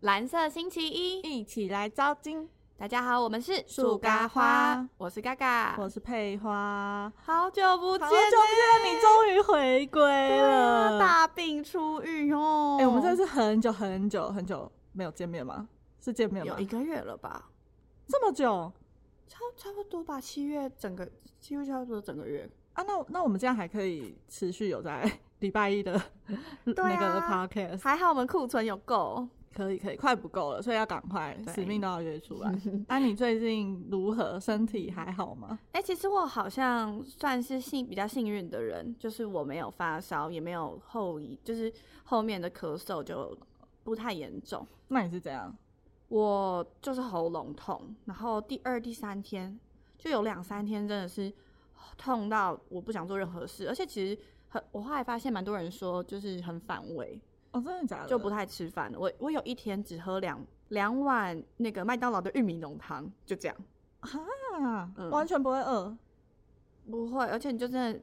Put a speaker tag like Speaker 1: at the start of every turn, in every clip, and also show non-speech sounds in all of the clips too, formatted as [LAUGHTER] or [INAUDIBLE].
Speaker 1: 蓝色星期一，
Speaker 2: 一起来招金。
Speaker 1: 大家好，我们是
Speaker 2: 树咖花，
Speaker 1: 我是嘎嘎，
Speaker 2: 我是佩花，
Speaker 1: 好久不见
Speaker 2: 好
Speaker 1: 呢，
Speaker 2: 久不见，你终于回归
Speaker 1: 对啊
Speaker 2: 了。哎、
Speaker 1: 大病初愈哦。
Speaker 2: 我们真的是很久很久很久没有见面吗？是见面吗
Speaker 1: 有一？个月了吧，
Speaker 2: 这么久
Speaker 1: 差差不多吧，七月整个几乎差不多整个月。
Speaker 2: 啊？那那我们这样还可以持续有在 [LAUGHS] 礼拜一的那个
Speaker 1: 啊
Speaker 2: podcast，、
Speaker 1: 还好我们库存有够，
Speaker 2: 可以可以，快不够了，所以要赶快，
Speaker 1: 对
Speaker 2: 使命都要约出
Speaker 1: [LAUGHS]
Speaker 2: 来。那、你最近如何？身体还好吗？
Speaker 1: 哎、其实我好像算是幸比较幸运的人，就是我没有发烧，也没有后遗，就是后面的咳嗽就不太严重。
Speaker 2: 那你是怎样？
Speaker 1: 我就是喉咙痛，然后第二、第三天就有两三天真的是痛到我不想做任何事，而且其实很，我后来发现蛮多人说就是很反胃，
Speaker 2: 哦，真的假的？
Speaker 1: 就不太吃饭了。我我有一天只喝两两碗那个麦当劳的玉米浓汤，就这样，
Speaker 2: 啊，
Speaker 1: 嗯
Speaker 2: 完全不会饿。
Speaker 1: 不会，而且你就真的。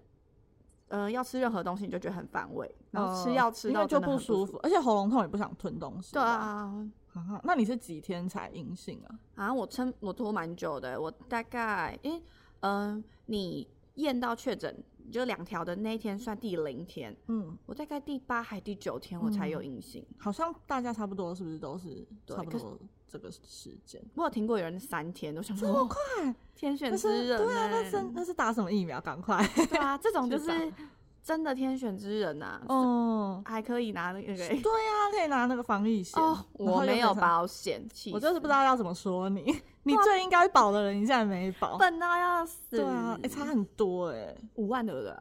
Speaker 1: 呃，要吃任何东西你就觉得很反胃，然后
Speaker 2: 哦
Speaker 1: 吃药吃
Speaker 2: 应
Speaker 1: 到
Speaker 2: 该就
Speaker 1: 真的很
Speaker 2: 舒
Speaker 1: 舒。
Speaker 2: 服，而且喉咙痛也不想吞东西。
Speaker 1: 对，啊，
Speaker 2: 啊那你是几天才阴性啊？
Speaker 1: 啊，我撑我拖蛮久的，我大概因为嗯、你验到确诊就两条的那一天算第零天，
Speaker 2: 嗯，
Speaker 1: 我大概第八还第九天我才有阴性。
Speaker 2: 好像大家差不多，是不是都是
Speaker 1: 对
Speaker 2: 差不
Speaker 1: 可是
Speaker 2: 多这个时间？嗯
Speaker 1: 我有听过有人三天，我想说这么快，天选
Speaker 2: 那
Speaker 1: 之
Speaker 2: 是
Speaker 1: 人、欸，
Speaker 2: 对啊，那是
Speaker 1: [LAUGHS]
Speaker 2: 那是打什么疫苗？赶快
Speaker 1: 对啊，这种就
Speaker 2: 去打
Speaker 1: 是真的天选之人呐、
Speaker 2: [LAUGHS]
Speaker 1: 啊，
Speaker 2: 哦。
Speaker 1: 还可以拿那个、 [LAUGHS]
Speaker 2: 对啊，可以拿那个防疫险。
Speaker 1: 哦，
Speaker 2: 然
Speaker 1: 我
Speaker 2: 后又
Speaker 1: 没有
Speaker 2: 可以上，
Speaker 1: 保险，啊气
Speaker 2: 我就是
Speaker 1: 死
Speaker 2: 不知道要怎么说你。你最应该保的人，你现在没保。
Speaker 1: 笨到要死，
Speaker 2: 对啊，哎，差很多哎。
Speaker 1: 五万对不啊对？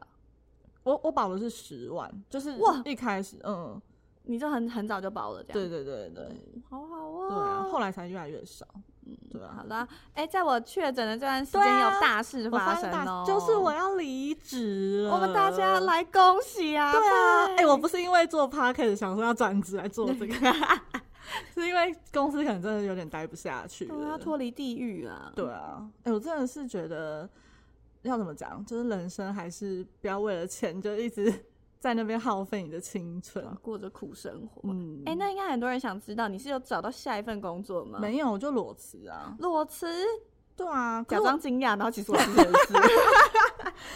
Speaker 2: 我我保的是十万，就是
Speaker 1: 哇
Speaker 2: 一开始，嗯，
Speaker 1: 你就很很早就保了，这样
Speaker 2: 对对对对
Speaker 1: 嗯好好哦，
Speaker 2: 对啊，后来才越来越少。对啊
Speaker 1: 好，啦，哎、在我确诊的这段时间
Speaker 2: 对啊
Speaker 1: 有大事
Speaker 2: 我
Speaker 1: 发
Speaker 2: 现
Speaker 1: 生哦、
Speaker 2: 就是我，要离职了。
Speaker 1: 我们大家来恭喜啊！
Speaker 2: 对啊，哎、我不是因为做 p o d c a s t 想说要转职来做这
Speaker 1: [LAUGHS]
Speaker 2: 个，是因为公司可能真的有点待不下去
Speaker 1: 对啊，
Speaker 2: 了
Speaker 1: 要。脱离地狱啊！
Speaker 2: 对啊，哎、我真的是觉得要怎么讲，就是人生还是不要为了钱就一直 [LAUGHS] 在那边耗费你的青春
Speaker 1: 对。啊，过着苦生活。
Speaker 2: 嗯，
Speaker 1: 哎、那应该很多人想知道，你是有找到下一份工作吗？，
Speaker 2: 没有，我就裸辞啊。
Speaker 1: 裸辞，
Speaker 2: 对啊，可
Speaker 1: 假
Speaker 2: 是我
Speaker 1: 装惊讶，然后其实
Speaker 2: [LAUGHS]
Speaker 1: 我之前是。对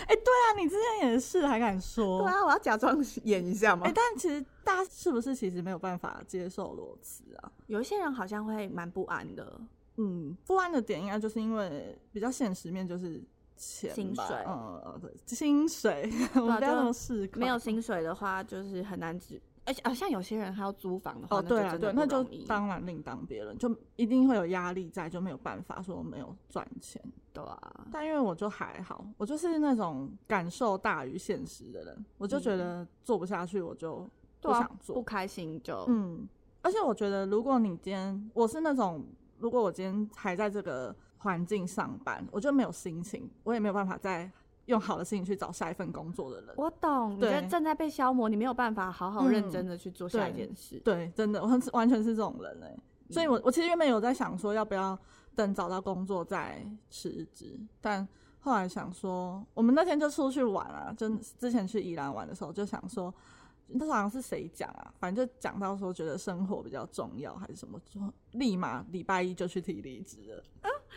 Speaker 2: 哎、对啊，你之前也是，还敢说？
Speaker 1: 啊，我要假装演一下嘛。
Speaker 2: 哎、但其实大家是不是其实没有办法接受裸辞啊？
Speaker 1: 有一些人好像会蛮不安的，
Speaker 2: 嗯，不安的点应该就是因为比较现实面就是钱吧，
Speaker 1: 薪水
Speaker 2: 嗯，嗯对，薪水， [LAUGHS] 我们不要
Speaker 1: 对啊就
Speaker 2: 那么市侩哦
Speaker 1: 没有薪水的话，就是很难只，而且好哦像有些人还要租房的话，
Speaker 2: 哦，对啊，
Speaker 1: 就
Speaker 2: 对，
Speaker 1: 真
Speaker 2: 那
Speaker 1: 的不
Speaker 2: 就
Speaker 1: 容易。
Speaker 2: 当然另当别论，就一定会有压力在，就没有办法说没有赚钱。
Speaker 1: 对啊，
Speaker 2: 但因为我就还好，我就是那种感受大于现实的人，我就觉得做不下去，我就不
Speaker 1: 嗯对啊
Speaker 2: 想
Speaker 1: 不
Speaker 2: 做。
Speaker 1: 开心就
Speaker 2: 嗯，而且我觉得，如果你今天我是那种，如果我今天还在这个环境上班，我就没有心情，我也没有办法再用好的心情去找下一份工作的人。
Speaker 1: 我懂，你
Speaker 2: 对
Speaker 1: 在正在被消磨，你没有办法好好
Speaker 2: 嗯
Speaker 1: 认真的去做下一
Speaker 2: 对
Speaker 1: 件事。
Speaker 2: 对，真的，我很完全是这种人哎、所以我我其实原本有在想说，要不要等找到工作再辞职，但后来想说，我们那天就出去玩啊，就之前去宜兰玩的时候，就想说。那时候好像是谁讲啊，反正就讲到说觉得生活比较重要还是什么，就立马礼拜一就去提离职了。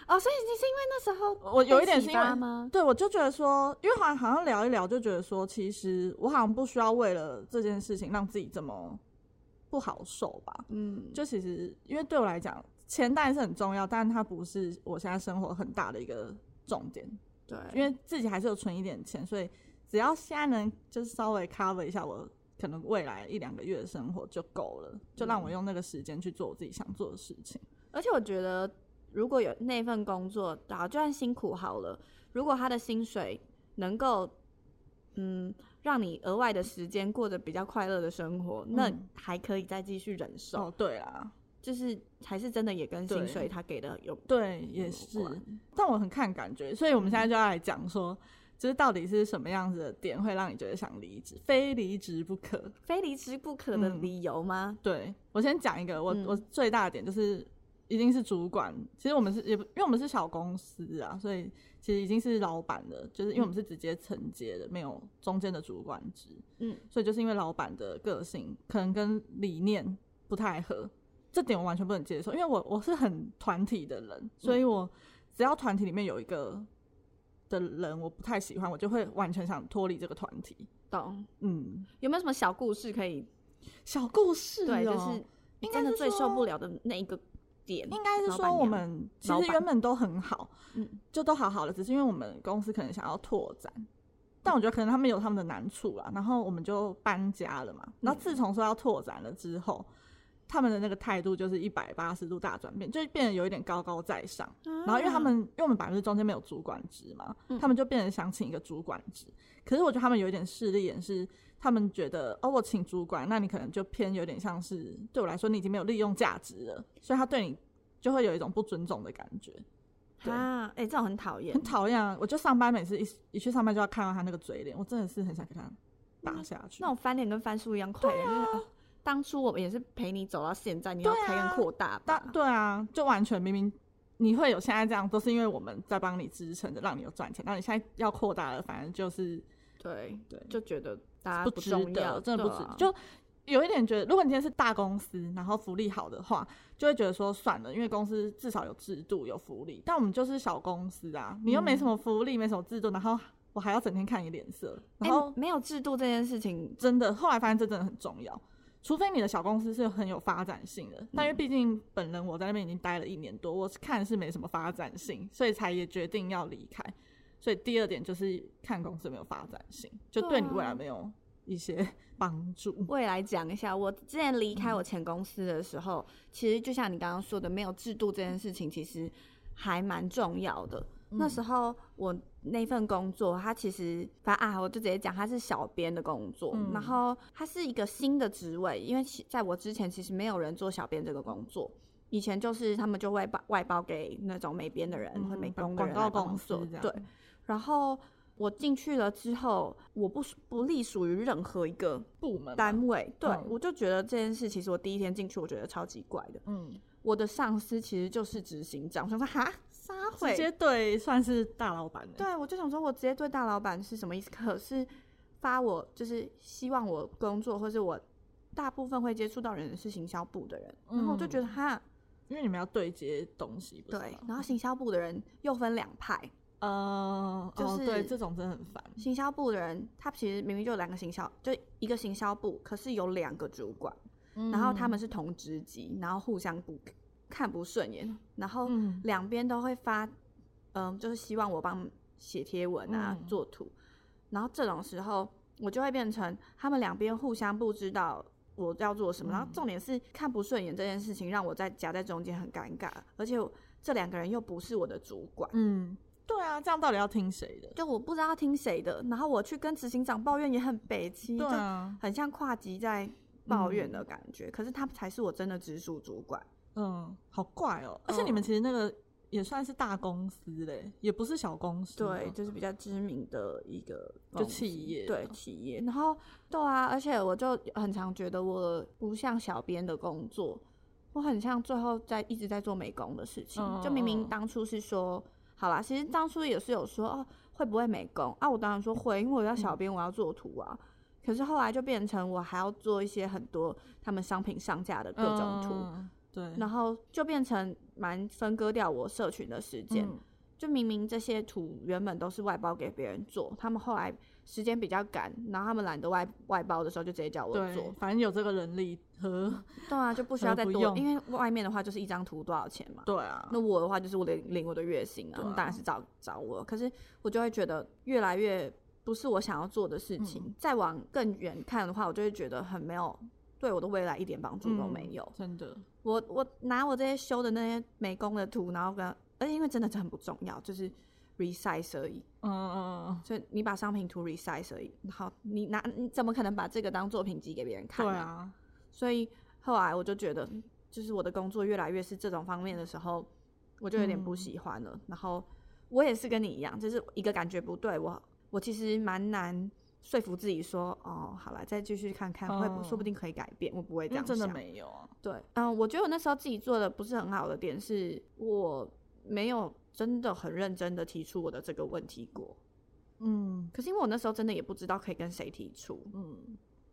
Speaker 1: 哦，所以你是因为那时候
Speaker 2: 我有一点是
Speaker 1: 被
Speaker 2: 因
Speaker 1: 启发
Speaker 2: 为
Speaker 1: 吗？
Speaker 2: 对，我就觉得说，因为好像好像聊一聊，就觉得说，其实我好像不需要为了这件事情让自己这么不好受吧。
Speaker 1: 嗯，
Speaker 2: 就其实，因为对我来讲，钱当然是很重要，但它不是我现在生活很大的一个重点，
Speaker 1: 对，
Speaker 2: 因为自己还是有存一点钱，所以只要现在能就是稍微 cover 一下我可能未来一两个月的生活就够了，就让我用那个时间去做我自己想做的事情。
Speaker 1: 而且我觉得如果有那份工作，啊，就算辛苦好了，如果他的薪水能够嗯让你额外的时间过着比较快乐的生活，那
Speaker 2: 嗯
Speaker 1: 还可以再继续忍受，
Speaker 2: 哦，对啦，
Speaker 1: 就是还是真的也跟薪
Speaker 2: 对
Speaker 1: 水他给的有
Speaker 2: 对，也
Speaker 1: 有
Speaker 2: 是
Speaker 1: 关，
Speaker 2: 但我很看感觉，所以我们现在就要来讲说，就是到底是什么样子的点会让你觉得想离职，非离职不可。
Speaker 1: 非离职不可的
Speaker 2: 嗯
Speaker 1: 理由吗？
Speaker 2: 对我先讲一个，我、
Speaker 1: 嗯
Speaker 2: 我最大的点就是一定是主管。其实我们是也不，因为我们是小公司啊，所以其实已经是老板了，就是因为
Speaker 1: 嗯
Speaker 2: 我们是直接承接的，没有中间的主管职，
Speaker 1: 嗯
Speaker 2: 所以就是因为老板的个性可能跟理念不太合，这点我完全不能接受，因为我我是很团体的人，所
Speaker 1: 嗯
Speaker 2: 以我只要团体里面有一个的人我不太喜欢，我就会完全想脱离这个团体。
Speaker 1: 懂？
Speaker 2: 嗯，
Speaker 1: 有没有什么小故事可以？
Speaker 2: 小故事、哦、
Speaker 1: 对，就是你
Speaker 2: 应该
Speaker 1: 真的
Speaker 2: 是
Speaker 1: 最
Speaker 2: 说
Speaker 1: 受不了的那一个点。
Speaker 2: 应该是
Speaker 1: 老板
Speaker 2: 说我
Speaker 1: 娘
Speaker 2: 们其
Speaker 1: 老
Speaker 2: 实
Speaker 1: 板
Speaker 2: 原本都很好，
Speaker 1: 嗯
Speaker 2: 就都好好的，只是因为我们公司可能想要拓展，但我觉得可能他们有他们的难处啦，然后我们就搬家了嘛。然后
Speaker 1: 嗯
Speaker 2: 自从说要拓展了之后，他们的那个态度就是一百八十度大转变，就变得有一点高高在上。然后因
Speaker 1: 嗯
Speaker 2: 为他们，因为我们本来就是中间没有主管职嘛，他们就变成想请一个主管职。可是我觉得他们有一点势利眼，是他们觉得哦，我请主管，那你可能就偏有点像是对我来说，你已经没有利用价值了，所以他对你就会有一种不尊重的感觉。对
Speaker 1: 啊，哎、这种很讨厌
Speaker 2: 很，讨厌啊！我就上班，每次一一去上班就要看到他那个嘴脸，我真的是很想给他打下去。
Speaker 1: 那种翻脸跟翻书一样快的，就是、哦当初我们也是陪你走到现在，你要
Speaker 2: 啊对啊
Speaker 1: 开跟扩大吧
Speaker 2: 但？对啊，就完全明明你会有现在这样，都是因为我们在帮你支撑着，让你有赚钱。那你现在要扩大了，反正就是
Speaker 1: 对
Speaker 2: 对
Speaker 1: 就觉得大家
Speaker 2: 不值
Speaker 1: 重要，
Speaker 2: 得，真的不
Speaker 1: 对
Speaker 2: 值
Speaker 1: 啊。
Speaker 2: 就有一点觉得，如果你今天是大公司，然后福利好的话，就会觉得说算了，因为公司至少有制度有福利。但我们就是小公司啊，你
Speaker 1: 嗯
Speaker 2: 又没什么福利，没什么制度，然后我还要整天看你脸色，然
Speaker 1: 哎、
Speaker 2: 后。
Speaker 1: 没有制度这件事情，
Speaker 2: 真的，后来发现这真的很重要。除非你的小公司是很有发展性的，但因为毕竟本人我在那边已经待了一年多，我看是没什么发展性，所以才也决定要离开。所以第二点就是看公司有没有发展性，就对
Speaker 1: 对
Speaker 2: 你
Speaker 1: 啊
Speaker 2: 未来没有一些帮助。
Speaker 1: 未来讲一下，我之前离开我前公司的时候，其实就像你刚刚说的，没有制度这件事情，其实还蛮重要的。
Speaker 2: 嗯
Speaker 1: 那时候我那份工作，它其实反正啊，我就直接讲，它是小编的工作，
Speaker 2: 嗯
Speaker 1: 然后它是一个新的职位，因为其在我之前其实没有人做小编这个工作，以前就是他们就会把外包给那种美编的人、
Speaker 2: 嗯
Speaker 1: 或美工的
Speaker 2: 广
Speaker 1: 人
Speaker 2: 告
Speaker 1: 来帮
Speaker 2: 公
Speaker 1: 我
Speaker 2: 司
Speaker 1: 做
Speaker 2: 这样
Speaker 1: 对，然后我进去了之后，我不属不隶属于任何一个
Speaker 2: 部门嘛
Speaker 1: 单位，对、
Speaker 2: 嗯
Speaker 1: 我就觉得这件事，其实我第一天进去，我觉得超级怪的。
Speaker 2: 嗯，
Speaker 1: 我的上司其实就是执行长，我想说哈，撒
Speaker 2: 直接
Speaker 1: 会，
Speaker 2: 对算是大老板的、
Speaker 1: 对我就想说，我直接对大老板是什么意思？可是发我就是希望我工作，或是我大部分会接触到人是行销部的人，然后我就
Speaker 2: 嗯
Speaker 1: 觉得哈，
Speaker 2: 因为你们要对接东西，不是
Speaker 1: 对
Speaker 2: 吗，
Speaker 1: 然后行销部的人又分两派，
Speaker 2: 嗯呃，
Speaker 1: 就
Speaker 2: 哦
Speaker 1: 是
Speaker 2: 对，这种真的很烦。
Speaker 1: 行销部的人他其实明明就有两个行销，就一个行销部，可是有两个主管。
Speaker 2: 嗯
Speaker 1: 然后他们是同职级，然后互相不看不顺眼，然后
Speaker 2: 嗯
Speaker 1: 两边都会发，嗯，就是希望我帮写贴文啊、
Speaker 2: 嗯
Speaker 1: 做图，然后这种时候我就会变成他们两边互相不知道我要做
Speaker 2: 嗯
Speaker 1: 什么，然后重点是看不顺眼这件事情让我在夹在中间很尴尬，而且我这两个人又不是我的主管。
Speaker 2: 嗯，对啊，这样到底要听谁的？
Speaker 1: 就我不知道要听谁的，然后我去跟执行长抱怨也很北七，
Speaker 2: 对
Speaker 1: 就
Speaker 2: 啊，
Speaker 1: 很像跨级在抱怨的感觉。可是他才是我真的直属主管，
Speaker 2: 嗯，好怪哦、而且你们其实那个也算是大公司嘞，也不是小公司嘛。
Speaker 1: 对，就是比较知名的一个
Speaker 2: 嗯就
Speaker 1: 公司
Speaker 2: 企业
Speaker 1: 对
Speaker 2: 了
Speaker 1: 企业。然后对啊，而且我就很常觉得我不像小编的工作，我很像最后在一直在做美工的事情。
Speaker 2: 嗯
Speaker 1: 就
Speaker 2: 嗯
Speaker 1: 明明当初是说好啦，其实当初也是有说哦会不会美工啊，我当然说会，因为我要
Speaker 2: 嗯
Speaker 1: 小编，我要做图啊。可是后来就变成我还要做一些很多他们商品上架的各种图，
Speaker 2: 嗯对，
Speaker 1: 然后就变成蛮分割掉我社群的时间。
Speaker 2: 嗯
Speaker 1: 就明明这些图原本都是外包给别人做，他们后来时间比较赶，然后他们懒得外外包的时候，就直接叫我
Speaker 2: 对
Speaker 1: 做，。
Speaker 2: 反正有这个人力和
Speaker 1: 对啊，就不需要再
Speaker 2: 何不
Speaker 1: 多，
Speaker 2: 用
Speaker 1: 因为外面的话就是一张图多少钱嘛。
Speaker 2: 对啊，
Speaker 1: 那我的话就是我得领我的月薪啊，
Speaker 2: 对啊
Speaker 1: 那当然是找找我。可是我就会觉得越来越不是我想要做的事情。
Speaker 2: 嗯
Speaker 1: 再往更远看的话，我就会觉得很没有对我的未来一点帮助都
Speaker 2: 嗯
Speaker 1: 没有。
Speaker 2: 真的，
Speaker 1: 我我拿我这些修的那些美工的图，然后跟而且因为真的很不重要，就是 resize 而已。
Speaker 2: 嗯嗯嗯，
Speaker 1: 所以你把商品图 resize 而已，然后你拿你怎么可能把这个当作品集给别人看、
Speaker 2: 对，啊，
Speaker 1: 所以后来我就觉得，就是我的工作越来越是这种方面的时候，我就有点
Speaker 2: 嗯
Speaker 1: 不喜欢了。然后我也是跟你一样，就是一个感觉不对，我我其实蛮难说服自己说，哦，好了，再继续看看，会不
Speaker 2: 哦
Speaker 1: 说不定可以改变，我不会
Speaker 2: 因为
Speaker 1: 这样
Speaker 2: 真的
Speaker 1: 想
Speaker 2: 没有啊。
Speaker 1: 对，嗯，我觉得我那时候自己做的不是很好的点是，我没有真的很认真的提出我的这个问题过。
Speaker 2: 嗯
Speaker 1: 可是因为我那时候真的也不知道可以跟谁提出，
Speaker 2: 嗯，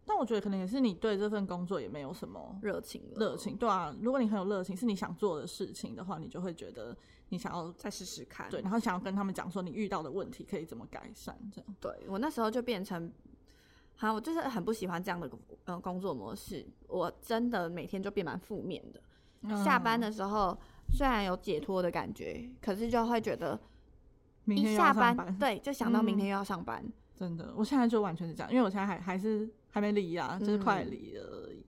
Speaker 2: 但我觉得可能也是你对这份工作也没有什么
Speaker 1: 热情了
Speaker 2: 热，情，对啊，如果你很有热情，是你想做的事情的话，你就会觉得你想要
Speaker 1: 再试试看。
Speaker 2: 对，然后想要跟他们讲说你遇到的问题可以怎么改善，这样。
Speaker 1: 对我那时候就变成，好，我就是很不喜欢这样的呃工作模式，我真的每天就变蛮负面的。
Speaker 2: 嗯
Speaker 1: 嗯下班的时候虽然有解脱的感觉，可是就会觉得
Speaker 2: 明天
Speaker 1: 一
Speaker 2: 又要
Speaker 1: 下
Speaker 2: 上
Speaker 1: 班
Speaker 2: 班，
Speaker 1: 对就想到明
Speaker 2: 嗯
Speaker 1: 天又要上班，
Speaker 2: 真的，我现在就完全是这样，因为我现在还还是还没离啊，就是快
Speaker 1: 嗯
Speaker 2: 离了而已，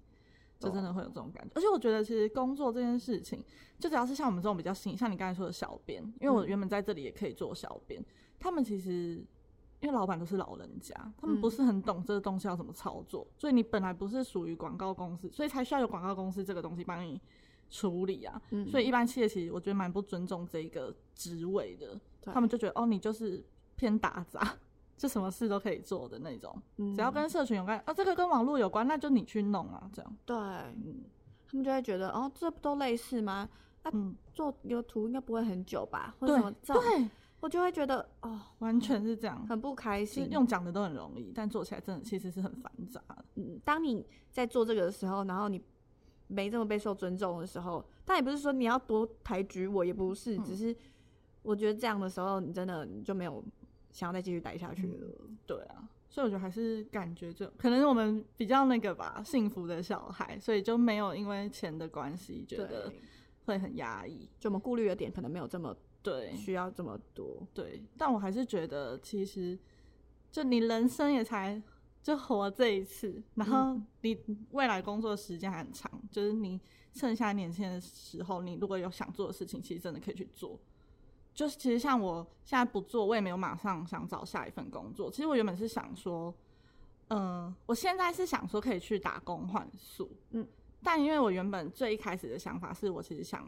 Speaker 2: 就真的会有这种感觉。而且我觉得其实工作这件事情，就只要是像我们这种比较新，像你刚才说的小编，因为我
Speaker 1: 嗯
Speaker 2: 原本在这里也可以做小编，他们其实。因为老板都是老人家，他们不
Speaker 1: 嗯
Speaker 2: 是很懂这个东西要怎么操作，所以你本来不是属于广告公司，所以才需要有广告公司这个东西帮你处理啊。
Speaker 1: 嗯，
Speaker 2: 所以一般企业其实我觉得蛮不尊重这一个职位的，
Speaker 1: 对
Speaker 2: 他们就觉得哦，你就是偏打杂， [LAUGHS] 就什么事都可以做的那种，只要
Speaker 1: 嗯
Speaker 2: 跟社群有关啊，这个跟网络有关，那就你去弄啊，这样，
Speaker 1: 对，他们就会觉得哦，这不都类似吗？
Speaker 2: 嗯，
Speaker 1: 做有图应该不会很久吧，或者
Speaker 2: 对
Speaker 1: 什么这种，
Speaker 2: 对，
Speaker 1: 我就会觉得哦，
Speaker 2: 完全是这样，
Speaker 1: 很不开
Speaker 2: 其实
Speaker 1: 心。
Speaker 2: 用讲的都很容易，但做起来真的其实是很繁杂的，
Speaker 1: 嗯，当你在做这个的时候，然后你没这么备受尊重的时候，但也不是说你要多抬举我，也不是，只是我觉得这样的时候，你真的你就没有想要再继续待下去了。
Speaker 2: 对啊。所以我觉得还是感觉就可能我们比较那个吧，幸福的小孩，所以就没有因为钱的关系觉得
Speaker 1: 对，
Speaker 2: 会很压抑。
Speaker 1: 就我们顾虑的点可能没有这么
Speaker 2: 对，
Speaker 1: 需要这么多。
Speaker 2: 对，但我还是觉得，其实就你人生也才就活这一次，然后你未来工作的时间还很长，就是你剩下年轻的时候，你如果有想做的事情，其实真的可以去做。就是其实像我现在不做，我也没有马上想找下一份工作。其实我原本是想说，嗯、我现在是想说可以去打工换宿，
Speaker 1: 嗯，
Speaker 2: 但因为我原本最一开始的想法是我其实想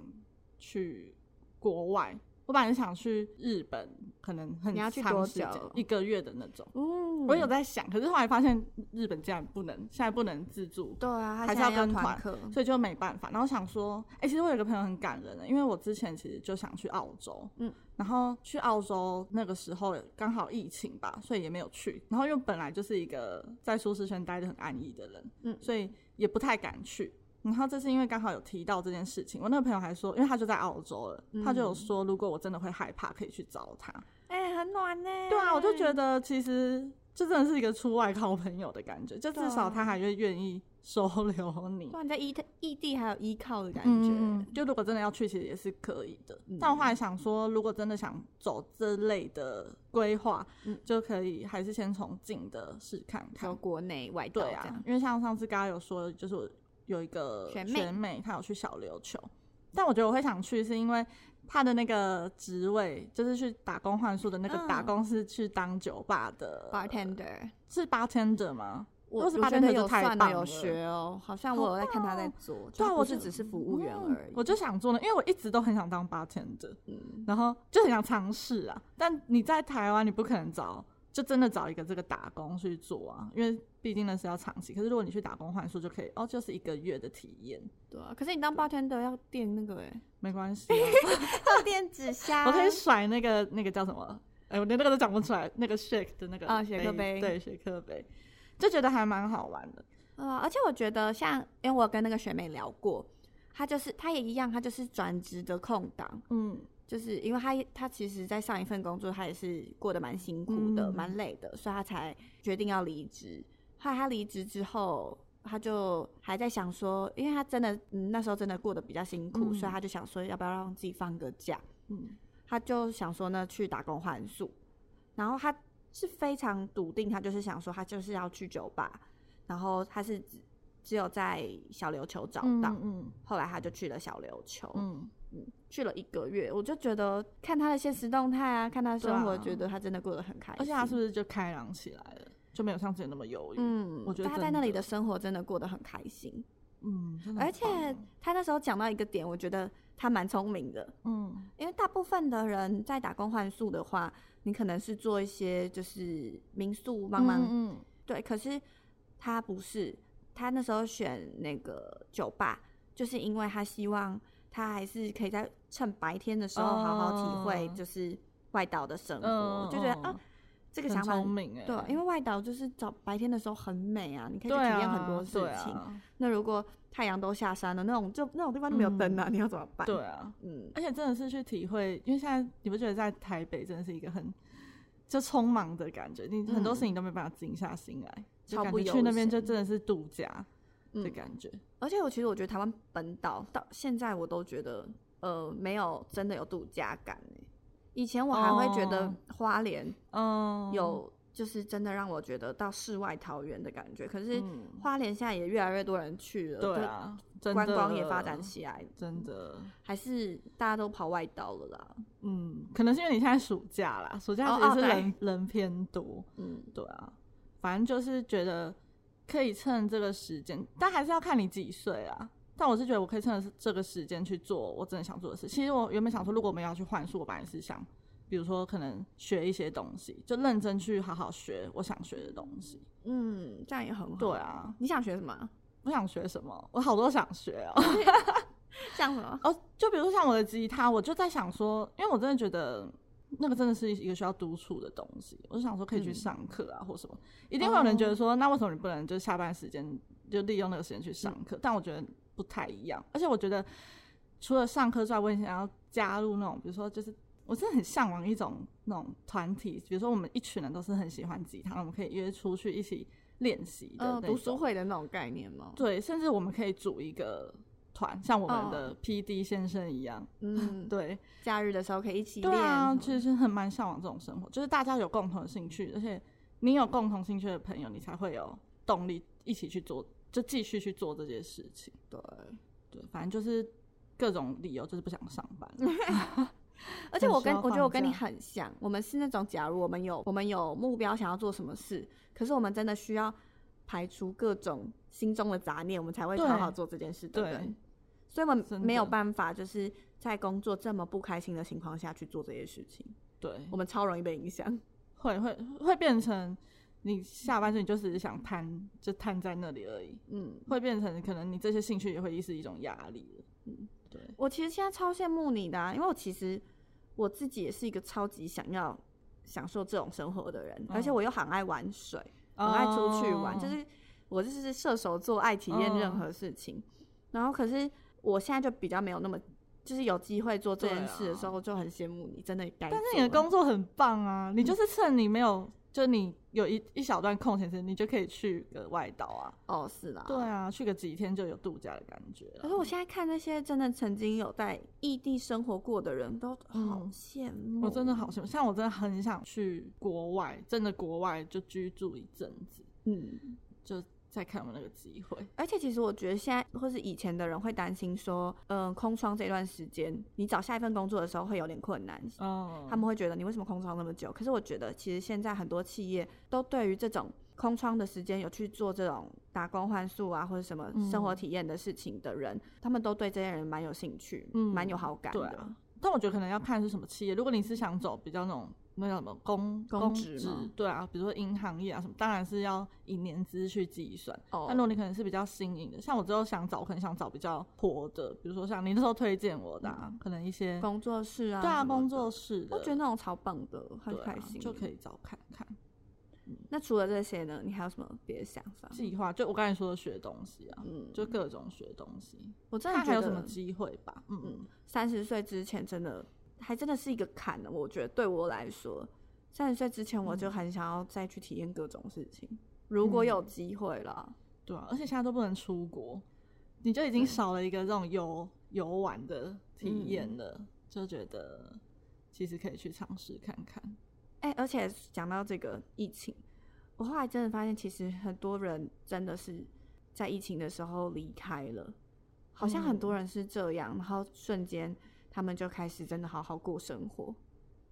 Speaker 2: 去国外，我本来是想去日本，可能很
Speaker 1: 你要去
Speaker 2: 长
Speaker 1: 多
Speaker 2: 时间
Speaker 1: 久
Speaker 2: 一个月的那种。
Speaker 1: 嗯，
Speaker 2: 我有在想，可是后来发现日本竟然不能，现在不能自助，
Speaker 1: 对啊，他
Speaker 2: 还是
Speaker 1: 现在
Speaker 2: 要跟
Speaker 1: 团
Speaker 2: 团
Speaker 1: 课，
Speaker 2: 所以就没办法。然后想说，哎、其实我有一个朋友很感人的，因为我之前其实就想去澳洲，
Speaker 1: 嗯，
Speaker 2: 然后去澳洲那个时候刚好疫情吧，所以也没有去。然后又本来就是一个在舒适圈待的很安逸的人，
Speaker 1: 嗯
Speaker 2: 所以也不太敢去。然后这是因为刚好有提到这件事情，我那个朋友还说，因为他就在澳洲了，
Speaker 1: 嗯
Speaker 2: 他就有说，如果我真的会害怕，可以去找他。
Speaker 1: 哎、很暖呢、
Speaker 2: 对啊，我就觉得其实这真的是一个出外靠朋友的感觉，就至少
Speaker 1: 啊
Speaker 2: 他还会愿意收留你
Speaker 1: 不。然在异地异地还有依靠的感觉。
Speaker 2: 嗯，就如果真的要去，其实也是可以的。
Speaker 1: 嗯
Speaker 2: 但我后来想说，如果真的想走这类的规划，
Speaker 1: 嗯
Speaker 2: 就可以还是先从近的试看
Speaker 1: 说
Speaker 2: 看。
Speaker 1: 国内外道
Speaker 2: 对
Speaker 1: 这
Speaker 2: 啊
Speaker 1: 样，，
Speaker 2: 因为像上次刚刚有说，就是我有一个
Speaker 1: 学妹
Speaker 2: 学妹，她有去小琉球，但我觉得我会想去，是因为她的那个职位，就是去打工换宿的那个
Speaker 1: 嗯
Speaker 2: 打工是去当酒吧的
Speaker 1: bartender，
Speaker 2: 是 bartender 吗？
Speaker 1: 我
Speaker 2: 如果是
Speaker 1: 我觉
Speaker 2: bartender
Speaker 1: 得
Speaker 2: 就
Speaker 1: 有
Speaker 2: 太
Speaker 1: 算
Speaker 2: 棒
Speaker 1: 的有
Speaker 2: 了
Speaker 1: 学哦，好像
Speaker 2: 好
Speaker 1: 我有在看他
Speaker 2: 棒
Speaker 1: 在
Speaker 2: 哦
Speaker 1: 做，就
Speaker 2: 对啊
Speaker 1: 他
Speaker 2: 我
Speaker 1: 不是
Speaker 2: 就
Speaker 1: 只是服务员
Speaker 2: 嗯
Speaker 1: 而已。
Speaker 2: 我就想做呢，因为我一直都很想当 bartender，
Speaker 1: 嗯，
Speaker 2: 然后就很想尝试啊。但你在台湾，你不可能找就真的找一个这个打工去做啊，因为毕竟那是要长期。可是如果你去打工换宿就可以，哦，就是一个月的体验，
Speaker 1: 对啊。可是你当 bartender 要垫那个哎、
Speaker 2: 没关系啊、
Speaker 1: [LAUGHS]
Speaker 2: 啊
Speaker 1: 要垫 [LAUGHS] 纸箱
Speaker 2: 我可以甩那个那个叫什么？哎、我连那个都讲不出来，那个 shake 呃的那个
Speaker 1: 啊雪克杯
Speaker 2: 对雪克杯，就觉得还蛮好玩的。
Speaker 1: 啊、而且我觉得像，因为我有跟那个学妹聊过，她就是她也一样，她就是转职的空档，
Speaker 2: 嗯，
Speaker 1: 就是因为她她其实在上一份工作，她也是过得蛮辛苦的，
Speaker 2: 嗯
Speaker 1: 蛮、累的，所以她才决定要离职。后来她离职之后，她就还在想说，因为她真的、嗯、那时候真的过得比较辛
Speaker 2: 嗯
Speaker 1: 苦，所以她就想说，要不要让自己放个假？
Speaker 2: 嗯
Speaker 1: 她就想说呢，去打工换宿。然后她是非常笃定，她就是想说，她就是要去酒吧。然后她是只只有在小琉球找到，
Speaker 2: 嗯
Speaker 1: 后来她就去了小琉球，
Speaker 2: 嗯，
Speaker 1: 去了一个月。我就觉得看她的现实动态啊，看她的生
Speaker 2: 对
Speaker 1: 活，
Speaker 2: 啊
Speaker 1: 觉得她真的过得很开心。
Speaker 2: 而且他是不是就开朗起来了，就没有像之前那么忧郁？
Speaker 1: 嗯，
Speaker 2: 我觉得
Speaker 1: 她
Speaker 2: 真
Speaker 1: 在那里
Speaker 2: 的
Speaker 1: 的生活真的过得很开心。
Speaker 2: 嗯，真的
Speaker 1: 而
Speaker 2: 很
Speaker 1: 且
Speaker 2: 棒啊
Speaker 1: 她那时候讲到一个点，我觉得她蛮聪明的，
Speaker 2: 嗯
Speaker 1: 因为大部分的人在打工换宿的话，你可能是做一些就是民宿帮忙，
Speaker 2: 嗯
Speaker 1: 对。可是他不是，他那时候选那个酒吧，就是因为他希望他还是可以在趁白天的时候好好体会
Speaker 2: 哦
Speaker 1: 就是外岛的生活，
Speaker 2: 嗯
Speaker 1: 就觉得
Speaker 2: 嗯
Speaker 1: 啊
Speaker 2: 嗯，
Speaker 1: 这个
Speaker 2: 很
Speaker 1: 想法
Speaker 2: 聪明哎、
Speaker 1: 对啊，因
Speaker 2: 为
Speaker 1: 为外岛就是早白天的时候很美啊，你可以
Speaker 2: 对
Speaker 1: 去体
Speaker 2: 啊，
Speaker 1: 验很多事
Speaker 2: 对
Speaker 1: 情。 [LAUGHS]
Speaker 2: 啊，
Speaker 1: 那如果太阳都下山了，那种就那种地方就没有灯啊，你要怎么办？
Speaker 2: 嗯对，啊，
Speaker 1: 嗯，
Speaker 2: 而且真的是去体会，因为现在你不觉得在台北真的是一个很就匆忙的感觉，你很多
Speaker 1: 嗯
Speaker 2: 事情都没办法静下心来，就
Speaker 1: 超
Speaker 2: 感
Speaker 1: 不
Speaker 2: 觉去
Speaker 1: 悠
Speaker 2: 那边
Speaker 1: 闲
Speaker 2: 就真的是度假的
Speaker 1: 嗯
Speaker 2: 感觉。
Speaker 1: 而且我其实我觉得台湾本岛到现在我都觉得，呃，没有真的有度假感、欸、以前我还会觉得
Speaker 2: 哦
Speaker 1: 花莲
Speaker 2: 嗯，
Speaker 1: 有，就是真的让我觉得到世外桃源的感觉。可是
Speaker 2: 嗯
Speaker 1: 花莲现在也越来越多人去了，
Speaker 2: 对啊，
Speaker 1: 就
Speaker 2: 真
Speaker 1: 观
Speaker 2: 的
Speaker 1: 光也发展起来，
Speaker 2: 真的。
Speaker 1: 还是大家都跑外岛了啦。
Speaker 2: 嗯，可能是因为你现在暑假啦，暑假
Speaker 1: 哦
Speaker 2: 其实
Speaker 1: 哦
Speaker 2: 是
Speaker 1: 对
Speaker 2: 人、人偏多，
Speaker 1: 嗯，
Speaker 2: 对啊，反正就是觉得可以趁这个时间，但还是要看你几岁啊。但我是觉得我可以趁着这个时间去做我真的想做的事。其实我原本想说，如果我们要去换宿，我本来是想，比如说可能学一些东西，就认真去好好学我想学的东西。
Speaker 1: 嗯，这样也很好。
Speaker 2: 对，啊，
Speaker 1: 你想学什么啊？
Speaker 2: 我想学什么？我好多想学哦。
Speaker 1: 像什么？
Speaker 2: 哦，就比如说像我的吉他，我就在想说，因为我真的觉得那个真的是一个需要督促的东西，我就想说可以去
Speaker 1: 嗯
Speaker 2: 上课啊，或什么。一定会有人觉
Speaker 1: 哦
Speaker 2: 得说，那为什么你不能就下班时间就利用那个时间去
Speaker 1: 嗯
Speaker 2: 上课？但我觉得不太一样，而且我觉得除了上课之外，我也想要加入那种，比如说就是。我真的很向往一种那种团体，比如说我们一群人都是很喜欢吉他，我们可以约出去一起练习的那
Speaker 1: 呃，
Speaker 2: 种、
Speaker 1: 读书会的那种概念吗？
Speaker 2: 对，甚至我们可以组一个团，像我
Speaker 1: 哦
Speaker 2: 们的 P D 先生一样，
Speaker 1: 嗯，
Speaker 2: 对
Speaker 1: 假日的时候可以一起练
Speaker 2: 对啊，
Speaker 1: 什么
Speaker 2: 其实很蛮向往这种生活，就是大家有共同的兴趣，而且你有共同兴趣的朋友，你才会有动力一起去做，就继续去做这些事情。
Speaker 1: 对。
Speaker 2: 对，反正就是各种理由，就是不想上班。
Speaker 1: 而且
Speaker 2: 很
Speaker 1: 我
Speaker 2: 需
Speaker 1: 跟
Speaker 2: 要
Speaker 1: 我觉得
Speaker 2: 放
Speaker 1: 我跟你
Speaker 2: 假
Speaker 1: 很像，我们是那种假如我们有我们有目标想要做什么事，可是我们真的需要排除各种心中的杂念，我们才会
Speaker 2: 对
Speaker 1: 好好做这件事，对不
Speaker 2: 对
Speaker 1: 对？所以我们
Speaker 2: 真
Speaker 1: 没有
Speaker 2: 的
Speaker 1: 办法，就是在工作这么不开心的情况下去做这些事情，
Speaker 2: 对，
Speaker 1: 我们超容易被影
Speaker 2: 嗯
Speaker 1: 响。
Speaker 2: 会会会变成你下班时你就只是想瘫，就瘫在那里而已，
Speaker 1: 嗯，
Speaker 2: 会变成可能你这些兴趣也会是一种压力了。
Speaker 1: 嗯
Speaker 2: 嗯，对。
Speaker 1: 我其实现在超羡慕你的、啊，因为我其实我自己也是一个超级想要享受这种生活的人，而且
Speaker 2: 嗯
Speaker 1: 我又很爱玩水。很爱出去玩，就
Speaker 2: 哦嗯
Speaker 1: 是我就是射手座，爱体验任何事情。然后可是我现在就比较没有那么，就是有机会做这件事的时候，就很羡慕你，真的该做
Speaker 2: 啊但
Speaker 1: 了。嗯
Speaker 2: 是你的工作很棒啊，你就是趁你没有，就你有一一小段空闲时间，你就可以去个外岛啊。
Speaker 1: 哦是啦，
Speaker 2: 对。啊，去个几天就有度假的感觉
Speaker 1: 可
Speaker 2: 了
Speaker 1: 是。我现在看那些真的曾经有在异地生活过的人，都好
Speaker 2: 嗯
Speaker 1: 羡慕、
Speaker 2: 我真的好，想，像我真的很想去国外，真的国外就居住一阵子，
Speaker 1: 嗯。
Speaker 2: 就再看有没有那个机会。
Speaker 1: 而且其实我觉得现在或是以前的人会担心说，嗯、空窗这段时间，你找下一份工作的时候会有点困难，
Speaker 2: 嗯，
Speaker 1: 他们会觉得你为什么空窗那么久？可是我觉得其实现在很多企业都对于这种空窗的时间有去做这种打工换宿啊，或者什么生活
Speaker 2: 嗯
Speaker 1: 体验的事情的人，他们都对这些人蛮有兴趣，蛮有好
Speaker 2: 嗯
Speaker 1: 感
Speaker 2: 对
Speaker 1: 的。
Speaker 2: 啊，但我觉得可能要看是什么企业。如果你是想走比较那种那叫什么公
Speaker 1: 公职
Speaker 2: 职
Speaker 1: 吗，
Speaker 2: 对啊，比如说银行业啊什么，当然是要以年资去计算。
Speaker 1: 哦
Speaker 2: 但如果你可能是比较新颖的，像我之后想找，我可能想找比较活的，比如说像你那时候推荐我的、啊，可能一些
Speaker 1: 嗯工作室啊，
Speaker 2: 对啊
Speaker 1: 什么的
Speaker 2: 工作，室的，
Speaker 1: 我觉得那种超棒的，很
Speaker 2: 对啊
Speaker 1: 开心、
Speaker 2: 就可
Speaker 1: 以。
Speaker 2: 以找看看
Speaker 1: 那除了这些呢，你还有什么别的想法？
Speaker 2: 计划。就我刚才说的学东西啊，
Speaker 1: 嗯，
Speaker 2: 就各种学东西，
Speaker 1: 我真的
Speaker 2: 看
Speaker 1: 嗯觉
Speaker 2: 还有
Speaker 1: 得
Speaker 2: 什么机会吧。嗯
Speaker 1: 嗯
Speaker 2: 嗯，，
Speaker 1: 三十岁之前真的还真的是一个坎呢。我觉得对我来说，三十岁之前我就
Speaker 2: 嗯
Speaker 1: 很想要再去体验各种事情，如果有机会啦。
Speaker 2: 对啊，而且现在都不能出国，你就已经少了一个这种游游玩的
Speaker 1: 嗯
Speaker 2: 体验了，就觉得其实可以去尝试看看。
Speaker 1: 哎、而且讲到这个疫情，我后来真的发现，其实很多人真的是在疫情的时候离开了，好像很
Speaker 2: 嗯
Speaker 1: 多人是这样，然后瞬间他们就开始真的好好过生活，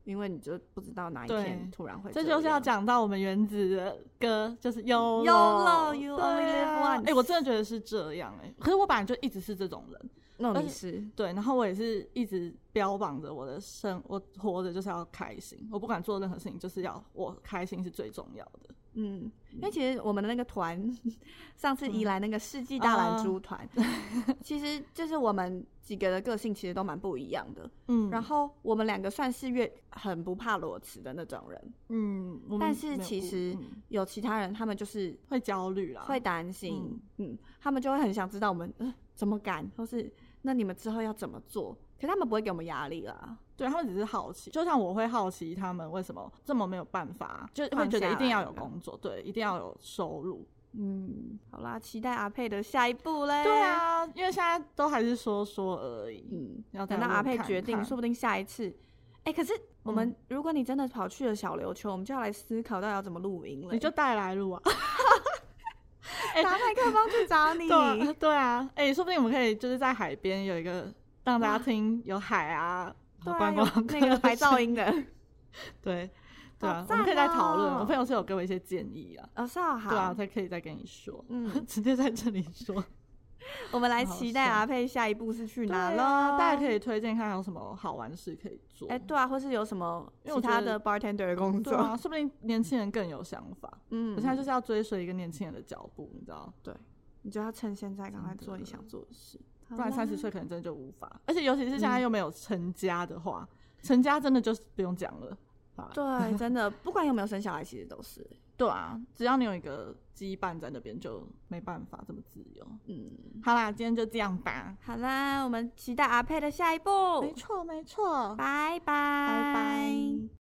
Speaker 1: 因为你就不知道哪一天
Speaker 2: 对
Speaker 1: 突然会
Speaker 2: 这就是要
Speaker 1: 样
Speaker 2: 讲到我们原子的歌，就是 YOLO。
Speaker 1: YOLO，you
Speaker 2: 对
Speaker 1: only
Speaker 2: 啊
Speaker 1: live once
Speaker 2: 哎、我真的觉得是这样哎、可是我本来就一直是这种人，
Speaker 1: 那
Speaker 2: 而
Speaker 1: 种你
Speaker 2: 且
Speaker 1: 是
Speaker 2: 对，然后我也是一直标榜着我的生，我活着就是要开心，我不管做任何事情，就是要我开心是最重要的。
Speaker 1: 嗯，因为其实我们的那个团， [LAUGHS] 上
Speaker 2: 嗯
Speaker 1: 次宜兰那个世纪大
Speaker 2: 哦
Speaker 1: 懒猪团， [LAUGHS] 其实就是我们几个的个性其实都蛮不一样的。
Speaker 2: 嗯，
Speaker 1: 然后我们两个算是越很不怕裸辞的那种人，
Speaker 2: 嗯，我们
Speaker 1: 但是
Speaker 2: 没有
Speaker 1: 其
Speaker 2: 不
Speaker 1: 实
Speaker 2: 嗯哦
Speaker 1: 有其他人他们就是
Speaker 2: 会焦虑啦，
Speaker 1: 会担心，嗯他们就会很想知道我们、呃、怎么敢，或是那你们之后要怎么做。可是他们不会给我们压力啦，
Speaker 2: 对他们只是好奇，就像我会好奇他们为什么这么没有办法，就会
Speaker 1: 放
Speaker 2: 觉得
Speaker 1: 下
Speaker 2: 一定要
Speaker 1: 来
Speaker 2: 有
Speaker 1: 这样
Speaker 2: 工作，对，一定要有收入。
Speaker 1: 嗯，好啦，期待阿佩的下一步嘞。
Speaker 2: 对，啊，因为现在都还是说说而已。
Speaker 1: 嗯，
Speaker 2: 要再
Speaker 1: 等到阿
Speaker 2: 问
Speaker 1: 佩
Speaker 2: 看
Speaker 1: 决定，
Speaker 2: 看嗯
Speaker 1: 说不定下一次。哎、可是我们、如果你真的跑去了小琉球，我们就要来思考到底要怎么录音了。
Speaker 2: 你就带来录啊，
Speaker 1: 嗯
Speaker 2: 哎
Speaker 1: 拿麦克风去找
Speaker 2: [LAUGHS]
Speaker 1: 你
Speaker 2: 对。啊对啊，哎、说不定我们可以就是在海边有一
Speaker 1: [LAUGHS]
Speaker 2: 个让大家听有海啊，
Speaker 1: 对啊
Speaker 2: 观光
Speaker 1: 有那个白噪音的，
Speaker 2: 对对
Speaker 1: 好
Speaker 2: 啊，我
Speaker 1: 赞
Speaker 2: 们可以再讨论。
Speaker 1: 哦
Speaker 2: 我朋友是有给我一些建议啊，
Speaker 1: 哦，是哦，好，
Speaker 2: 对啊，才可以再跟你说， [LAUGHS]
Speaker 1: 嗯
Speaker 2: 直接在这里
Speaker 1: [LAUGHS]
Speaker 2: 说。
Speaker 1: 我们来
Speaker 2: 好
Speaker 1: 期待
Speaker 2: 笑
Speaker 1: 阿佩下一步是去哪
Speaker 2: 对
Speaker 1: 喽、
Speaker 2: 啊大家可以推荐看有什么好玩事可以做。
Speaker 1: 哎、对啊，或是有什么
Speaker 2: 因为我
Speaker 1: 其
Speaker 2: 觉
Speaker 1: 他
Speaker 2: 得
Speaker 1: 的 bartender 的工
Speaker 2: 对
Speaker 1: 作？
Speaker 2: 啊，说不定年轻人更有想法。
Speaker 1: 嗯，
Speaker 2: 我现在就是要追随一个年轻人的脚步，你知道，啊
Speaker 1: 对，你就要趁现在赶快
Speaker 2: 的
Speaker 1: 做你想做的事，不
Speaker 2: 不然三十岁可能真的就无法。哦嗯而且尤其是现在又没有成家的话，成家真的就是不用讲了。啊
Speaker 1: 对，
Speaker 2: [LAUGHS]
Speaker 1: 真的，不管有没有生小孩，其实都是，
Speaker 2: 对啊，只要你有一个羁绊在那边，就没办法这么自由。
Speaker 1: 嗯，
Speaker 2: 好啦，今天就这样吧。
Speaker 1: 好啦，我们期待阿佩的下一步，
Speaker 2: 没错，没错。
Speaker 1: 拜拜，
Speaker 2: 拜
Speaker 1: 拜
Speaker 2: 拜